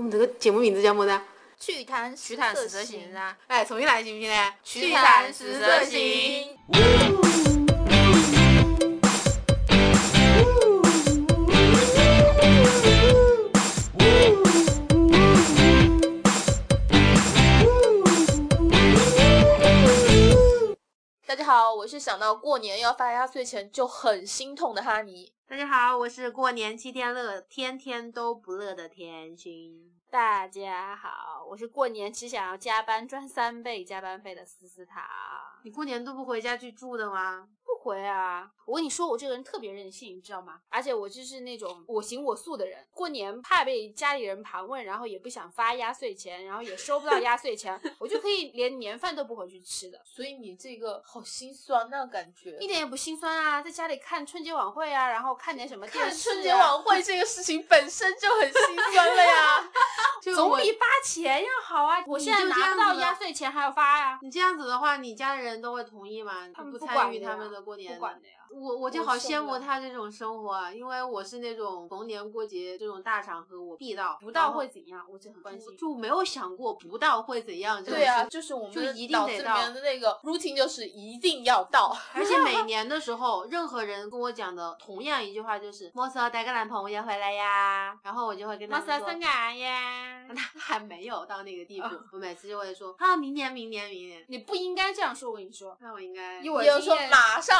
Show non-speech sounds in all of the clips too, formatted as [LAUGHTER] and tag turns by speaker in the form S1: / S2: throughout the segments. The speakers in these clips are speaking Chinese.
S1: 们这个节目名字叫么子啊？
S2: 曲坛
S1: 曲坛
S2: 十
S1: 十
S2: 色
S1: 色
S2: 行
S1: 行啊！哎，重新来行不行呢？
S2: 曲坛
S1: 坛
S2: 十色
S1: 色
S2: 行。大家好，我是想到过年要发压岁钱就很心痛的哈尼。
S1: 大家好，我是过年七天乐，天天都不乐的甜心。
S3: 大家好，我是过年只想要加班赚三倍加班费的思思塔。
S1: 你过年都不回家去住的吗？
S3: 不回啊！我跟你说，我这个人特别任性，你知道吗？而且我就是那种我行我素的人，过年怕被家里人盘问，然后也不想发压岁钱，然后也收不到压岁钱，我就可以连年饭都不回去吃的。
S2: 所以你这个好心酸那感觉
S3: 一点也不心酸啊，在家里看春节晚会啊，然后看点什么电视、啊，
S2: 看春节晚会这个事情本身就很心酸了呀。
S1: 就
S3: 总
S1: 我
S3: 比发钱要好啊！我
S1: 你
S3: 现在
S1: 就这
S3: 拿
S1: 样
S3: 不到
S1: 子的
S3: 压岁钱还要发呀、
S1: 你这样子的话，你家人都会同意吗？
S3: 他们
S1: 不
S3: 不管
S1: 参与
S3: 的呀
S1: 他们的过年，
S3: 不管的呀。
S1: 啊我我就
S3: 我
S1: 好
S3: 受
S1: 羡
S3: 不
S1: 慕
S3: 了
S1: 他这种生活啊，因为我是那种逢年过节这种大场合我必到，
S3: 不
S1: 不
S3: 到
S1: 到
S3: 会
S1: 会
S3: 怎样？我就很关心。
S1: 就没有想过不到会怎样。这种
S2: 对呀、
S1: 事
S2: 就是我们
S1: 就
S2: 的
S1: 一定
S2: 脑
S1: 得
S2: 子里
S1: 到
S2: 面的那个 routine 就是一定要
S3: [LAUGHS]
S2: 到。
S1: 而且每年的时候，任何人跟我讲的同样一句话就是“莫斯要带个男朋友回来呀”，然后我就会跟他
S3: 马
S1: 们
S3: 上
S1: 说
S3: 生俺呀！
S1: 他还没有到那个地步，
S3: 嗯
S1: 我每次就会说啊，明年，明年，明年。
S3: 你不应该这样说，我跟你说，
S1: 那我应该
S3: 以我
S2: 你
S3: 的
S2: 要
S3: 经
S2: 说
S3: 验
S2: 马上，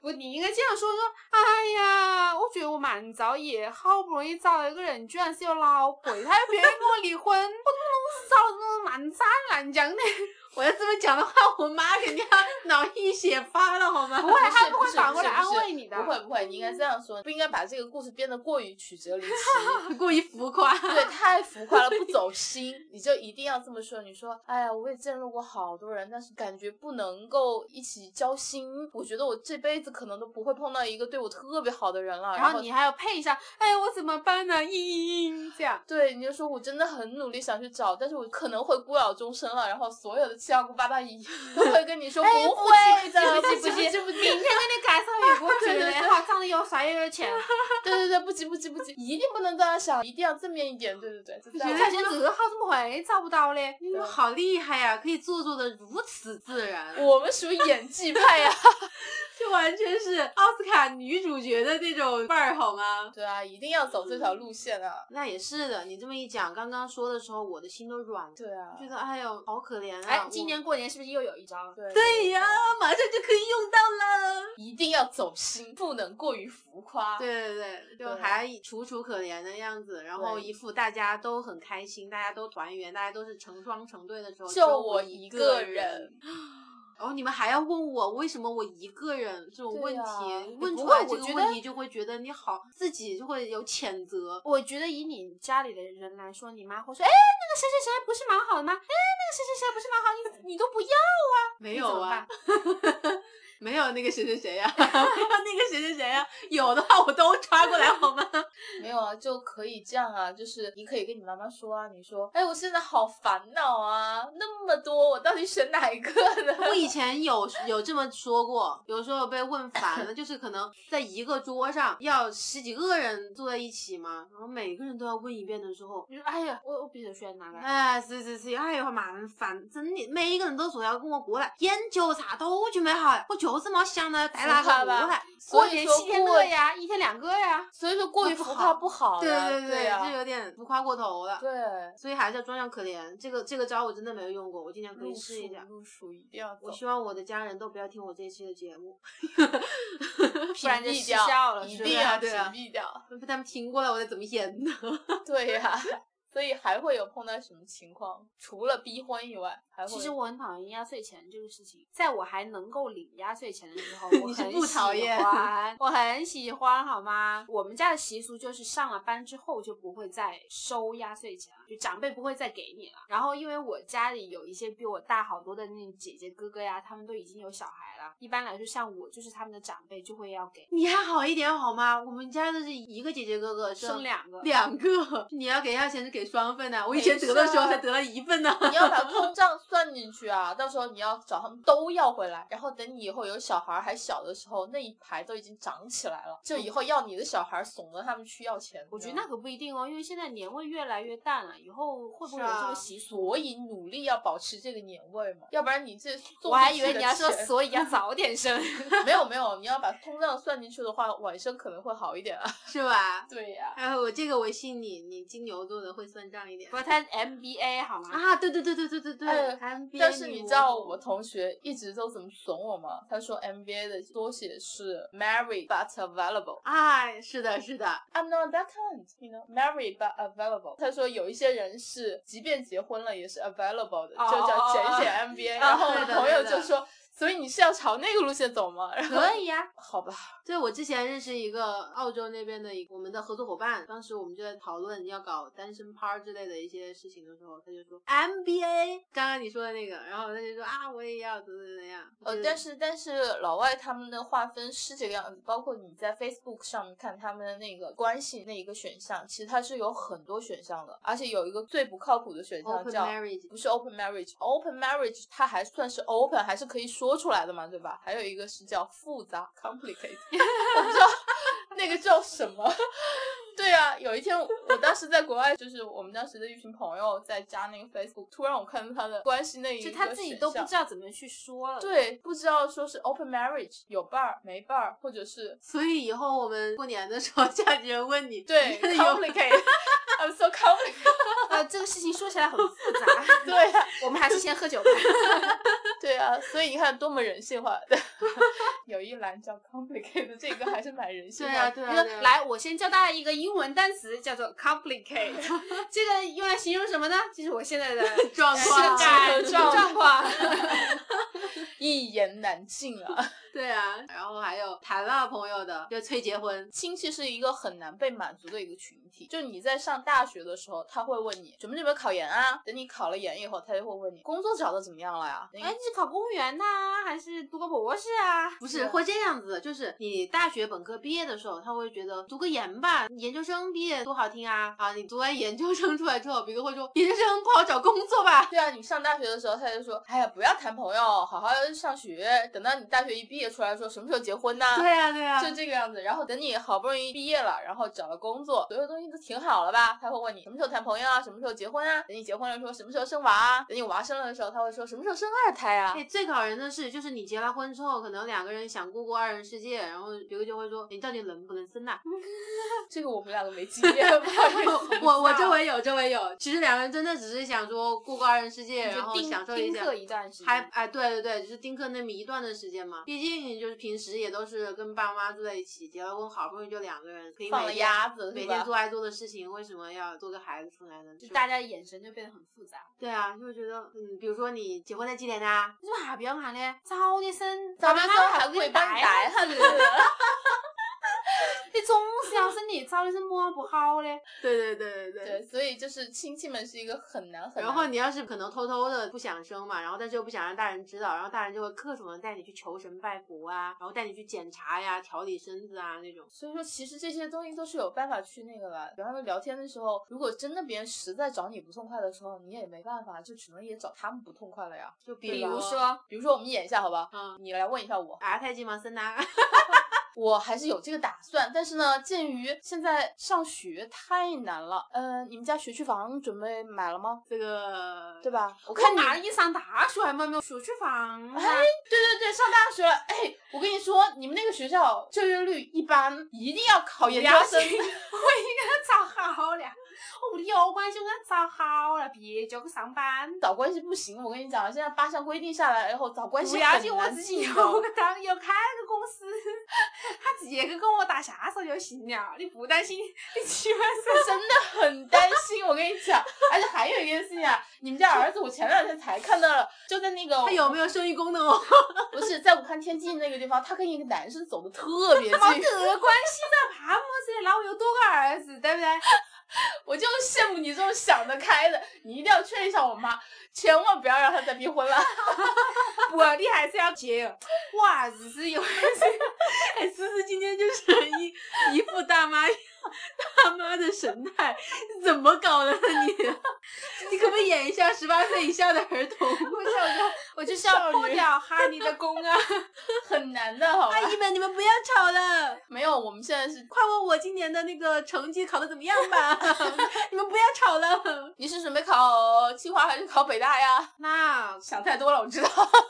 S3: 不，你应该这样说说。哎呀，我觉得我蛮早也好不容易找了一个人，居然是有老婆，他又不愿意跟我离婚，我怎么能找
S1: 啊
S3: 这么蛮渣男讲的？
S1: 我要这么讲的话，我妈肯
S3: [LAUGHS]
S1: 定要脑溢血发了，好吗？
S3: 不
S1: [LAUGHS]
S3: 会，啊
S2: 是
S3: 他
S2: 不
S3: 会
S2: 是
S3: 反
S2: 不
S3: 过
S2: 是
S3: 来
S2: 不
S3: 安
S2: 是
S3: 慰你的。
S2: 不会，不会，你应该这样说，不应该把这个故事编得过于曲折离奇，
S1: 过于浮夸。
S3: [LAUGHS]
S2: 对，太浮夸了，不走心，你就一定要这么说。你说，哎呀，我也见过好多人，但是感觉不能够一起交心，我觉得我这辈子可能都不会碰到一个对我特别好的人了。
S3: 然
S2: 后
S3: 后你还要配上，哎，我怎么办呢？嘤嘤嘤，这样。
S2: 对，你就说我真的很努力想去找，但是我可能会孤老终生了。然后所有的七大姑八大
S3: [LAUGHS]
S2: 姨都会跟你说、
S3: 哎
S2: 不
S3: 不
S2: 会的，
S3: 不急
S2: 急
S3: 不急
S2: 急不
S3: 明天跟
S2: 急，
S3: 你改上美国
S2: 对对
S3: 去，
S2: 对
S3: 然后长得又帅又有钱，
S2: 对对对，不急不急不急，一定不能这样想，一定要正面一点。对对对，就这
S3: 你
S2: 样。
S3: 看现在这个好怎么会找不到嘞？
S1: 你们好厉害呀、可以做作的如此自然，
S2: 我们属于演技派呀、 [LAUGHS]
S1: 这完全是奥斯卡女主角的那种范儿，好吗？
S2: 对啊，一定要走这条路线啊。
S1: 那也是的，你这么一讲，刚刚说的时候，我的心都软了，
S2: 对啊
S1: 觉，得哎呦，好可怜啊！
S3: 哎
S1: 我，
S3: 今年过年是不是又有一招？
S2: 对
S1: 对呀，马上就可以用到了。
S2: 一定要走心，不能过于浮夸。
S1: 对对对，就
S2: 对
S1: 还楚楚可怜的样子，然后
S2: 对
S1: 一副大家都很开心，大家都团圆，大家都是成双成对的时候，
S2: 就我
S1: 我
S2: 一个
S1: 个
S2: 人。
S1: 哦，你们还要问我为什么我一个人这种
S2: 对
S1: 问题，
S2: 呀你
S1: 问
S2: 不
S1: 出
S2: 会
S1: 来这
S2: 我
S1: 个
S2: 觉
S1: 问
S2: 得
S1: 题就会觉得你好，自己就会有谴责。
S3: 我觉得以你家里的人来说，你妈会说，哎，那个谁谁谁不是蛮好的吗？哎，那个谁谁谁不是蛮好，你你都不要，
S1: 没
S3: 你
S1: 有
S3: 怎么
S1: 啊
S3: 办，
S1: [LAUGHS] 没有那个谁谁谁呀、 [LAUGHS] 没有那个谁谁谁呀、有的话我都抓过来好吗？
S2: [LAUGHS] 没有啊，就可以这样啊，就是你可以跟你妈妈说啊，你说，哎，我现在好烦恼啊，那么多，我到底选哪一个呢？ [LAUGHS]
S1: 我以前有有这么说过，有时候被问烦了，就是可能在一个桌上要十几个人坐在一起嘛，然后每个人都要问一遍的时候，
S3: 你说， [LAUGHS] 哎呀，我我必须选哪个？
S1: 哎，是是是，哎呦，蛮烦，真的，每一个人都说要跟我过来，研究啥都准备好，我就是没想到带哪个
S2: 浮夸
S1: 过
S2: 吧
S1: 来。
S2: 所
S3: 过
S2: 以
S3: 年
S2: 说
S3: 七天
S2: 过
S3: 乐，呀，一天两个呀。
S2: [LAUGHS] 所以说过于浮夸不好
S1: 对
S2: 呀，
S1: 对
S2: 对
S1: 对，就
S2: 呀，
S1: 有点浮夸过头了。
S2: 对，
S1: 所以还是要装样可怜，这个这个招我真的没有用过，我今天可以
S2: 入
S1: 试一
S2: 蜀
S1: 下。
S2: 入蜀一定要
S1: [LAUGHS]
S2: 走
S1: 我，希望我的家人都不要听我这一期的节目，
S2: 屏
S3: 然就
S2: 蔽
S3: 失
S2: 掉
S3: 效了
S2: 一
S3: 是
S2: 定
S1: 吧
S2: 要屏
S1: 对啊
S2: 蔽掉，
S1: 被他们听过来，我得怎么演呢？
S3: [LAUGHS]
S2: 对呀、所以还会有碰到什么情况？除了逼婚以外，还会
S3: 其实我很讨厌压岁钱这个事情，在我还能够领压岁钱的时
S2: [LAUGHS]
S3: 候，我
S1: 你是
S3: 很
S1: 不
S3: 喜
S1: 讨厌
S3: 欢，我很喜欢，好吗？我们家的习俗就是上了班之后就不会再收压岁钱了，就长辈不会再给你了。然后因为我家里有一些比我大好多的那姐姐哥哥呀，他们都已经有小孩了，一般来说像我就是他们的长辈就会要给
S1: [LAUGHS] 你还好一点好吗？我们家的是一个姐姐哥哥
S3: 生两个。
S1: 两个， [LAUGHS] 你要给他钱是给双份的、我以前得的时候才得了一份呢、 [LAUGHS]
S2: 你要把 [LAUGHS] 通胀算进去啊，到时候你要找他们都要回来，然后等你以后有小孩还小的时候，那一排都已经长起来了，就以后要你的小孩怂着他们去要钱。
S3: 我觉得那可不一定哦，因为现在年味越来越淡了。以后会不
S1: 是
S3: 会有这
S1: 啊
S3: 个习俗？
S2: 所以努力要保持这个年味嘛，要不然你这
S3: 我还以为你要说
S2: 说
S3: 所以要早点生。
S2: 没有没有，你要把通胀算进去的话，晚生可能会好一点啊。
S1: 是吧？
S2: [LAUGHS] 对呀、
S1: 哎，我这个我信你，你金牛座的会算账一点
S3: [LAUGHS] 不。呃过他 MBA 好吗？
S1: 啊，对对对对对对对，
S2: 哎
S1: 还编
S2: [LAUGHS] 但是
S1: 女
S2: 你
S1: 巫
S2: 知道我同学一直都怎么怂我吗？他说 MBA 的缩写是 Marry but available。
S1: 哎，是的，是的，
S2: I'm not that kind, you know. Marry but available。他说有一些人是即便结婚了也是 available 的，
S3: 哦
S2: 就叫
S3: 哦
S2: 简
S3: 哦
S2: 写 MBA。然后
S1: 对
S2: 我
S1: 的
S2: 朋友
S1: 对
S2: 就
S1: 的
S2: 说，所以你是要朝那个路线走吗？然后
S3: 可以呀、
S2: 好吧，
S1: 对，我之前认识一个澳洲那边的一我们的合作伙伴，当时我们就在讨论要搞单身趴之类的一些事情的时候，他就说 MBA，刚刚你说的那个，然后他就说啊，我也要怎么怎么样。
S2: 呃，
S1: 就
S2: 但是但是老外他们的划分是这个样子，包括你在 Facebook 上面看他们的那个关系那一个选项，其实它是有很多选项的，而且有一个最不靠谱的选项
S1: open
S2: 叫
S1: marriage
S2: 不是 open marriage，open marriage 它还算是 open，还是可以说出来的嘛，对吧？还有一个是叫复杂 [LAUGHS] complicated，我不知道那个叫什么。 [LAUGHS] 对啊，有一天我我当时在国外，就是我们当时的一群朋友在加那个 Facebook，突然我看到他的关系那一
S3: 就
S2: 个
S3: 他自己
S2: 选
S3: 都不
S2: 项
S3: 知道怎么去说了。
S2: 对，不知道说是 open marriage 有伴儿没伴儿，或者是
S1: 所以以后我们过年的时候，家里人问你， [LAUGHS]
S3: [LAUGHS]
S2: 对
S1: 你有
S2: [LAUGHS] complicated，I'm so complicated [LAUGHS]
S3: 呃，这个事情说起来很复杂， [LAUGHS]
S2: 对、啊。
S3: 我们还是先喝酒吧。
S2: 对啊，所以你看多么人性化的， [LAUGHS] 有一栏叫 complicated，这个还是蛮人性
S1: 对
S2: 化
S1: 啊，
S2: 的。
S1: 对
S3: 你
S1: 啊，
S3: 说
S1: 对啊
S3: 来，我先教大家一个英文单词，叫做
S1: [LAUGHS]
S3: complicate，这个用来形容什么呢？就是我现在的哎
S1: 状
S3: 情
S1: 况
S3: 感
S2: 状
S3: 状况。
S2: 一言难尽啊！ [LAUGHS]
S1: 对啊，然后还有谈了朋友的就催结婚，
S2: 亲戚是一个很难被满足的一个群体，就你在上大学的时候，他会问你准不准备考研啊？等你考了研以后，他就会问你工作找的怎么样了呀？
S3: 哎，你是考公务员呐、还是读个博士啊？
S1: 不
S2: 对
S1: 是
S2: 啊
S1: 会这样子的，就是你大学本科毕业的时候，他会觉得读个研吧，研究生毕业多好听啊啊！你读完研究生出来之后，别人会说研究生不好找工作吧？
S2: 对啊，你上大学的时候，他就说，哎呀，不要谈朋友，好好上学。等到你大学一毕业出来，说什么时候结婚
S1: [LAUGHS]
S2: 呐、
S1: 对呀、对呀、啊
S2: 就这个样子。然后等你好不容易毕业了，然后找了工作，所有东西都挺好了吧？他会问你什么时候谈朋友啊，什么时候结婚啊？等你结婚了，说什么时候生娃啊？等你娃生了的时候，他会说什么时候生二胎啊？
S1: 哎，最搞人的是，就是你结了婚之后，可能两个人想过过二人世界，然后别个就会说你哎到底能不能生呐、 [LAUGHS]
S2: 这个我们两个没经验，不好意思
S1: 我我周围有，周围有。其实两个人真的只是想说过过二人世界，然后
S3: 就
S1: 享
S3: 丁
S1: 受一
S3: 丁
S1: 下
S3: 克。一段时间，
S1: 还哎，对对对，就是丁克那么一段的时间嘛。毕竟就是平时也都是跟爸妈住在一起，结了婚好不容易就两个人可以
S2: 放
S1: 每
S2: 了
S1: 天
S2: 鸭子，
S1: 每
S2: 对
S1: 天
S2: 吧？
S1: 做爱做的事情，为什么要做个孩子出来呢？
S3: 就是大
S1: 吧
S3: 家的眼神就变得很复杂。
S1: 对啊，就会觉得嗯，比如说你结婚在几点啊呐？
S3: 你说还不要喊嘞？早点生，
S2: 咱们
S3: 点
S2: 都
S3: 生
S2: 还
S3: 不
S2: 会
S3: 给
S2: 帮你
S3: 打呀
S2: 打下子。
S3: 你总是要生，你早点生么不好嘞？
S1: 对对对对
S2: 对，所以就是亲戚们是一个很难很难。
S1: 然后你要是可能偷偷的不想生嘛，然后但是又不想让大人知道，然后大人就会各种的带你去求神拜佛啊，然后带你去检查呀、调理身子啊那种。
S2: 所以说，其实这些东西都是有办法去那个了。比方说聊天的时候，如果真的别人实在找你不痛快的时候，你也没办法，就只能也找他们不痛快了呀。
S1: 就比
S3: 比
S2: 吧
S1: 如
S3: 如
S1: 说
S3: 说， [LAUGHS]
S2: 比如说，我们演一下，好吧？
S1: 嗯，
S2: 你来问一下我，
S1: 啊，太极芒森呐，
S2: 我还是有这个打算，但是呢，鉴于现在上学太难了，呃，你们家学区房准备买了吗？
S1: [LAUGHS] 这个
S2: 对吧？我
S3: 我
S2: 看你，哎
S3: 哪里上大学还没有学区房啊呢？
S2: 对对对，上大学了，哎，我跟你说，你们那个学校就业率一般，一定要考研究
S3: 良
S2: 生。 [LAUGHS]
S3: 心我已经给他找好了，我屋里有关系，我给他找好了，别叫去上班。
S2: 找关系不行，我跟你讲，现在八项规定下来以后，找关系
S3: 不要紧，
S2: 很
S3: 我
S2: 难
S3: 自己
S2: 进
S3: 有
S1: 哦
S2: 的。
S3: 个当有开个公司，他直接跟我打下手就行了，你不担心？你起码是
S2: 真的很担心，我跟你讲，而且还有一件事情啊，你们家儿子，我前两天才看到了，就在那个
S3: 哎
S1: 他有没有生育功能哦？
S2: 不是在武汉天津那个地方，他跟一个男生走的特别
S3: [LAUGHS] 毛
S2: 近，
S3: 个关系在爬么子，然后有多个儿子，对不对？
S2: 我就羡慕你这种想得开的，你一定要劝一下我妈，千万不要让她再逼婚了。
S1: 啊
S3: 不，你还是要结哦。我儿子是
S1: [LAUGHS]
S3: 有，
S1: 哎，思思今天就是一 [LAUGHS] 一副大妈大妈的神态，怎么搞的你？你可不可以演一下十八岁以下的儿童？
S3: 我想说，我就是要破掉哈尼的功啊。
S2: 很难的，好吧？
S1: 阿姨们，你们不要吵了，
S2: 没有，我们现在是，
S1: 快问我今年的那个成绩考得怎么样吧， [LAUGHS] 你们不要吵了。
S2: 你是准备考清华还是考北大呀？
S1: 那
S2: 想太多了，我知道， [LAUGHS]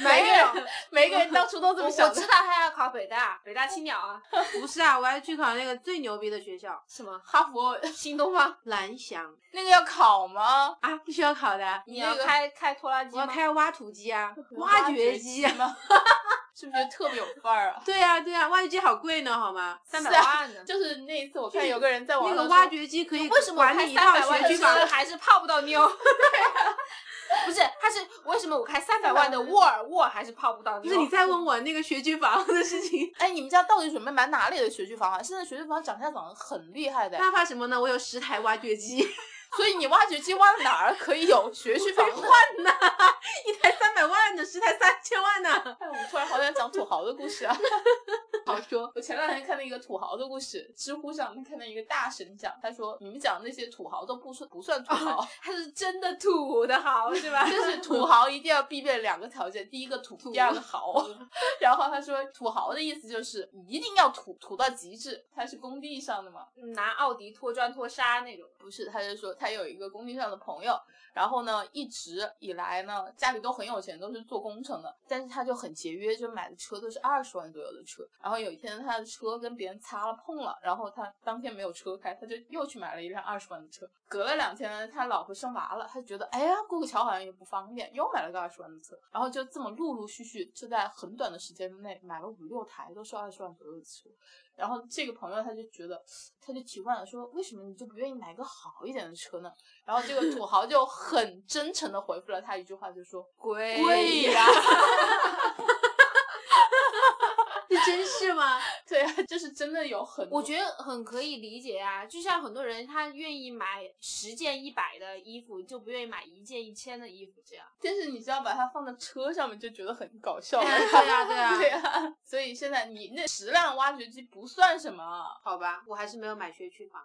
S2: 每
S3: [LAUGHS] 没
S2: 个
S3: 有
S2: 人，每个人当初都这
S3: 我
S2: 么
S3: 我
S2: 想的
S3: 知。道他要考北大，北大青鸟啊，
S1: 不是啊，我要去考那个最牛逼的学校
S3: 什么
S2: 哈佛
S3: 新东方？
S1: 蓝翔
S2: 那个要考吗？
S1: 啊，不需要考的，
S3: 你
S2: 那
S3: 要
S2: 个
S3: 开开拖拉机
S1: 我要
S3: 吗？
S1: 开挖土机啊，
S2: 挖
S1: 掘
S2: 掘
S1: 机啊。 [LAUGHS]
S2: 吗？是不是觉得特别有范儿啊？ [LAUGHS]
S1: 对啊，对啊，挖掘机好贵呢，好吗？
S3: 三百
S2: 是啊
S3: 万呢？
S2: 就是那一次，我看有个人在网
S1: 那个
S2: 上说
S1: 挖掘机可以
S3: 为什么我
S1: 管
S3: 开
S1: 理一
S3: 三
S1: 套
S3: 百万
S1: 学
S3: 的
S1: 区
S3: 车
S1: 房，
S3: 还是泡不到妞？
S1: [LAUGHS]
S3: 不是，他是为什么我开三百万的沃尔沃还是泡不到妞？
S1: 不是你在问我那个学区房的事
S3: [LAUGHS]
S1: 情，
S2: 哎，你们家到底准备买哪里的学区房啊？现在学区房涨价涨得很厉害的，
S1: [LAUGHS] 那怕什么呢？我有十台挖掘机，
S2: 所以你挖掘机挖到哪儿可以有学区房呢？
S1: 一台三百万呢，十台三千万呢。
S2: [LAUGHS] 哎，我们突然好想讲土豪的故事啊！ [LAUGHS]
S1: 好说，
S2: 我前两天看到一个土豪的故事，知乎上看到一个大神讲，他说你们讲那些土豪都不算不
S1: 哦
S2: 算土豪，
S3: 他是真的土的好是吧？
S2: 就是土豪一定要必备两个条件，第一个土，第二个豪。 [LAUGHS] 然后他说土豪的意思就是一定要土土到极致，他是工地上的嘛，
S3: 嗯拿奥迪拖砖拖沙那种，
S2: 不是，他就说他有一个工地上的朋友，然后呢，一直以来呢，家里都很有钱，都是做工程的，但是他就很节约，就买的车都是二十万左右的车。然后有一天他的车跟别人擦了碰了，然后他当天没有车开，他就又去买了一辆二十万的车。隔了两天呢，他老婆生娃了，他觉得哎呀过个桥好像也不方便，又买了个二十万的车。然后就这么陆陆续续，就在很短的时间内买了五六台都是二十万左右的车。然后这个朋友他就觉得，他就提问了说，为什么你就不愿意买个好一点的车呢？然后这个土豪就很真诚的回复了他一句话，就说 [LAUGHS]
S3: 贵
S2: 贵呀、
S1: [LAUGHS] 这真是 [LAUGHS] 吗？
S2: 对呀、就是真的有很多，
S3: [LAUGHS] 我觉得很可以理解啊，就像很多人他愿意买十件一百的衣服，就不愿意买一件一千的衣服
S1: [LAUGHS]
S3: 这样。
S2: 但是你知道把它放在车上面就觉得很搞笑
S1: 哎
S2: 了。 [LAUGHS]
S1: 对啊，对啊
S2: 对，呀、所以现在你那十辆挖掘机不算什么，
S1: 好吧，我还是没有买学区房。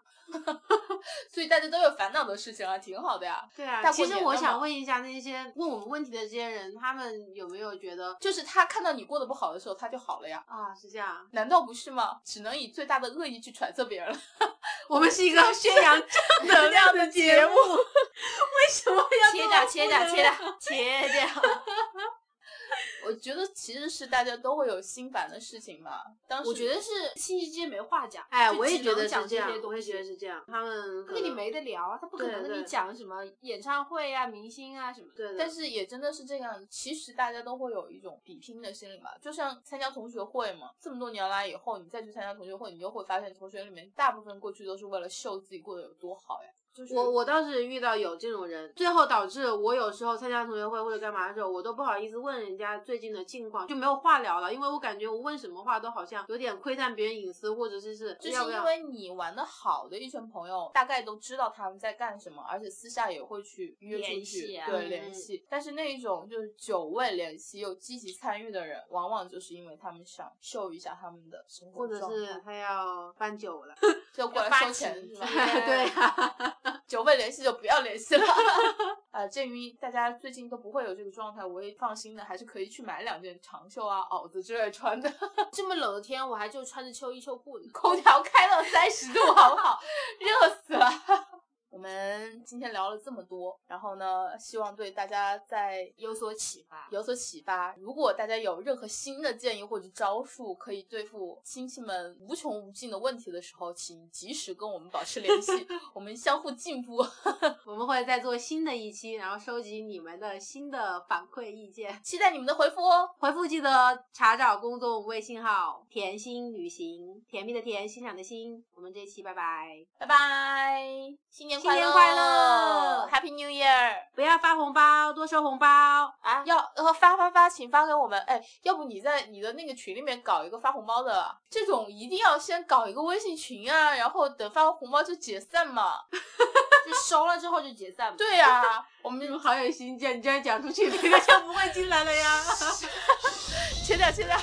S2: 所以大家都有烦恼的事情啊，挺好的呀。
S1: 对啊
S2: 大
S1: 其
S2: 过
S1: 实
S2: 年
S1: 我
S2: 的
S1: 想
S2: 嘛
S1: 问一下那些问我们问题的这些人，他们有没有觉得
S2: 就是他看到你过得不好的时候，他就好了呀，
S1: 啊是这样？
S2: 难道不是吗？只能以最大的恶意去揣测别人了。 [LAUGHS]
S1: 我们 [LAUGHS] 是一个宣扬正能量的节目，为什么要
S3: 切
S1: 这么
S3: 掉，切掉，
S1: 负能
S3: 切
S1: 量
S3: 掉， [LAUGHS] 切掉。
S2: 我觉得其实是大家都会有心烦的事情嘛。当时
S3: 我觉得是信息之间没话讲，
S1: 哎，
S3: 就
S1: 我也
S3: 只
S1: 觉
S3: 能
S1: 得
S3: 讲
S1: 是这样
S3: 些，
S1: 我
S3: 东
S1: 也
S3: 西
S1: 觉得是这样。他们
S3: 因
S1: 可
S3: 为你
S1: 能
S3: 没得聊啊，他不可
S1: 对
S3: 能跟你
S1: 对
S3: 讲什么演唱会啊、明星啊什么的。
S1: 对的，
S2: 但是也真的是这样，其实大家都会有一种比拼的心理吧。就像参加同学会嘛，这么多年来以后，你再去参加同学会，你就会发现同学里面大部分过去都是为了秀自己过得有多好呀。就是
S1: 我我倒是遇到有这种人，最后导致我有时候参加同学会或者干嘛的时候，我都不好意思问人家最近的近况，就没有话聊了，因为我感觉我问什么话都好像有点窥探别人隐私，或者是是
S2: 就是
S1: 要不
S2: 因
S1: 要。
S2: 为你玩的好的一群朋友，大概都知道他们在干什么，而且私下也会去约出
S3: 联
S2: 去，
S3: 系啊
S2: 对
S1: 嗯
S2: 联系。但是那种就是久未联系又积极参与的人，往往就是因为他们想秀一下他们的生活
S1: 或者
S2: 状
S1: 是
S2: 态，
S1: 他要办酒了，
S2: 就过来
S3: 发
S2: 收钱
S1: [LAUGHS]
S3: 起
S2: 是吧？ [LAUGHS]
S1: 对啊呀、
S2: 久未联系就不要联系了。 [LAUGHS] 啊，鉴于大家最近都不会有这个状态，我也放心的，还是可以去买两件长袖啊、袄子之类穿的。
S3: 这么冷的天，我还就穿着秋衣秋裤呢。
S2: 空调开到三十度，好不好？热死了。我们今天聊了这么多，然后呢，希望对大家在
S3: 有所启发。
S2: 有所启发。如果大家有任何新的建议或者招数，可以对付亲戚们无穷无尽的问题的时候，请及时跟我们保持联系，我们相互进步。
S1: 我们会再做新的一期，然后收集你们的新的反馈意见。
S2: 期待你们的回复哦。
S1: 回复记得查找公众微信号“甜心旅行”，甜蜜的甜，欣赏的欣。我们这期拜拜，
S2: 拜拜，新年快乐，
S1: 新年快乐
S2: ，Happy New Year！
S1: 不要发红包，多收红包。
S3: 啊，
S2: 要呃发发发，请发给我们。哎，要不你在你的那个群里面搞一个发红包的，这种一定要先搞一个微信群啊，然后等发完红包就解散嘛。
S3: 就收了之后就解散吧。
S2: 对呀、 [LAUGHS] 我
S1: 你
S2: 们
S1: 们好有心机，你这样讲出去，别人就不会进来了呀。
S2: 切掉切掉。